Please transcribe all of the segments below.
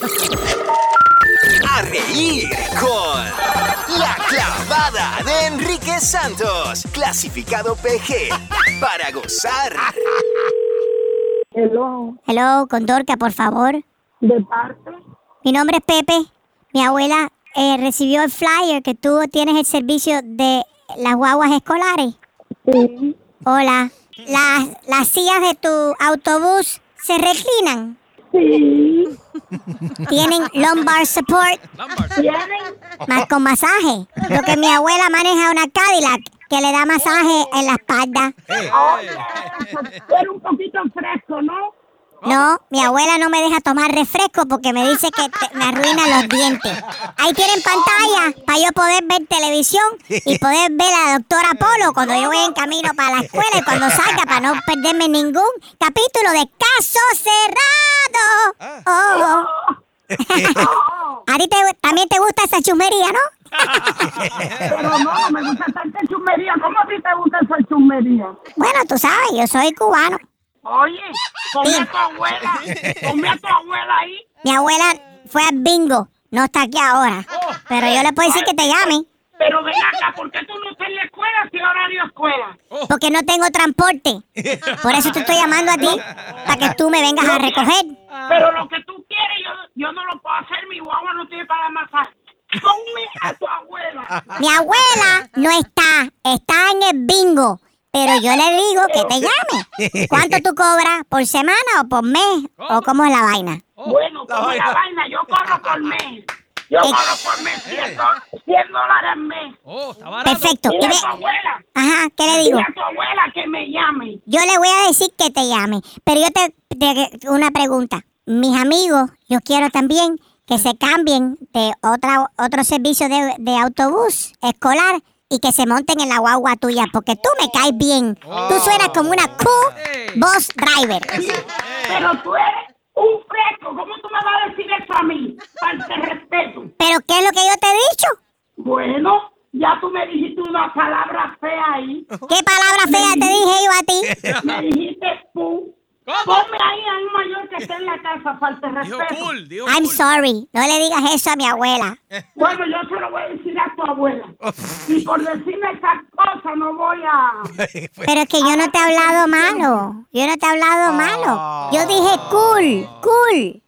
A reír con La clavada de Enrique Santos, clasificado PG, para gozar. Hello, Hello, Condorca, por favor. de parte. Mi nombre es Pepe. Mi abuela eh, recibió el flyer que tú tienes el servicio de las guaguas escolares. Sí, Hola. Las, las sillas de tu autobús se reclinan. sí. Tienen lumbar support ¿Tienen? más con masaje. Lo que mi abuela maneja una Cadillac que le da masaje en la espalda. Era un poquito fresco, ¿no? No, mi abuela no me deja tomar refresco porque me dice que te- me arruina los dientes. Ahí tienen pantalla para yo poder ver televisión y poder ver a la doctora Polo cuando yo voy en camino para la escuela y cuando salga para no perderme ningún capítulo de Caso Cerrado. Ah. Oh. a ti te- también te gusta esa chumería, ¿no? Pero no, no me gusta tanta chumería. ¿Cómo a ti te gusta esa chumería? Bueno, tú sabes, yo soy cubano. Oye, ponme a tu abuela, ponme a tu abuela ahí. Mi abuela fue al bingo, no está aquí ahora, pero yo le puedo decir que te llame. Pero ven acá, ¿por qué tú no estás en la escuela si es horario escuela? Porque no tengo transporte. Por eso te estoy llamando a ti, para que tú me vengas a recoger. Pero lo que tú quieres, yo, yo no lo puedo hacer, mi guagua no tiene para masaje. Ponme a tu abuela. Mi abuela no está, está en el bingo. Pero yo le digo que te llame. ¿Cuánto tú cobras? ¿Por semana o por mes? ¿O cómo es la vaina? Bueno, como Oh. la vaina, Oh. Eh. yo corro por mes. Yo corro por mes 100, do- 100 dólares al mes. Perfecto. Y Dile a ve- tu abuela, Ajá, ¿qué le digo? dile a tu abuela que me llame. Yo le voy a decir que te llame. Pero yo te, te- una pregunta. Mis amigos, yo quiero también que se cambien de otra, otro servicio de, de autobús escolar y que se monten en la guagua tuya, porque tú me caes bien. Tú suenas como una cool bus driver. Eh. Pero tú eres un fresco, ¿cómo tú me vas a decir eso a mí? Falta de respeto. Pero ¿qué es lo que yo te he dicho? Bueno, ya tú me dijiste una palabra fea ahí. ¿Qué palabra fea te dije yo a ti? Me dijiste pu. Ponme ahí a un mayor que esté en la casa, falta de respeto. I'm sorry. No le digas eso a mi abuela. Bueno, yo se lo voy a decir a tu abuela. Y por decirme esas cosas no voy a... Pero es que yo no te he hablado malo. Yo no te he hablado malo. Yo dije cool, cool.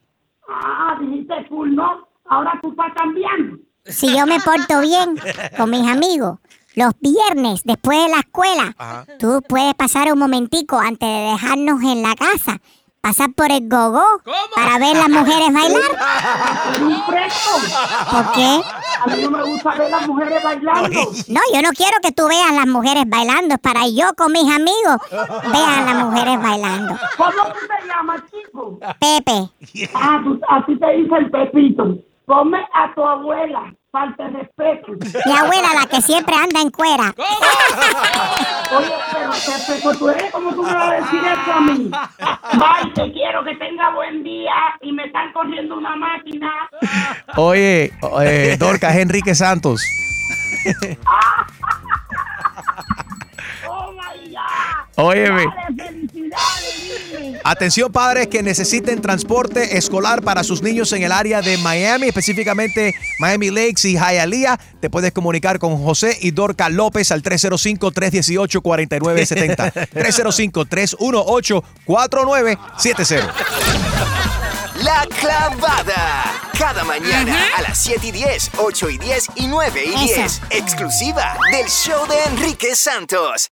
Ah, dijiste full, ¿no? Ahora tú estás cambiando. si yo me porto bien con mis amigos, los viernes después de la escuela, tú puedes pasar un momentico antes de dejarnos en la casa, pasar por el gogó para ver las mujeres bailar. Eres un fresco. ¿Por qué? A mí no me gusta ver las mujeres bailando. No, yo no quiero que tú veas las mujeres bailando, es para yo con mis amigos vean las mujeres bailando. ¿Cómo tú te llamas, chico? Pepe, Ah, tú, a ti te dice el Pepito. Ponme a tu abuela, falta de respeto. mi abuela la que siempre anda en cuera. Oye, pero Pepe, tú eres como tú me vas a decir eso a mí. Bye, te quiero, que tenga buen día. Y me están corriendo una máquina. Oye, eh, Dorca, es Enrique Santos. Oh my God. Óyeme. Dale, felicidades, dime. Atención padres que necesiten transporte escolar para sus niños en el área de Miami, específicamente Miami Lakes y Hialeah. Te puedes comunicar con José y Dorca López al 305-318-4970. 305-318-4970. La clavada. Cada mañana a las 7 y 10, 8 y 10 y 9 y Eso. 10. Exclusiva del show de Enrique Santos.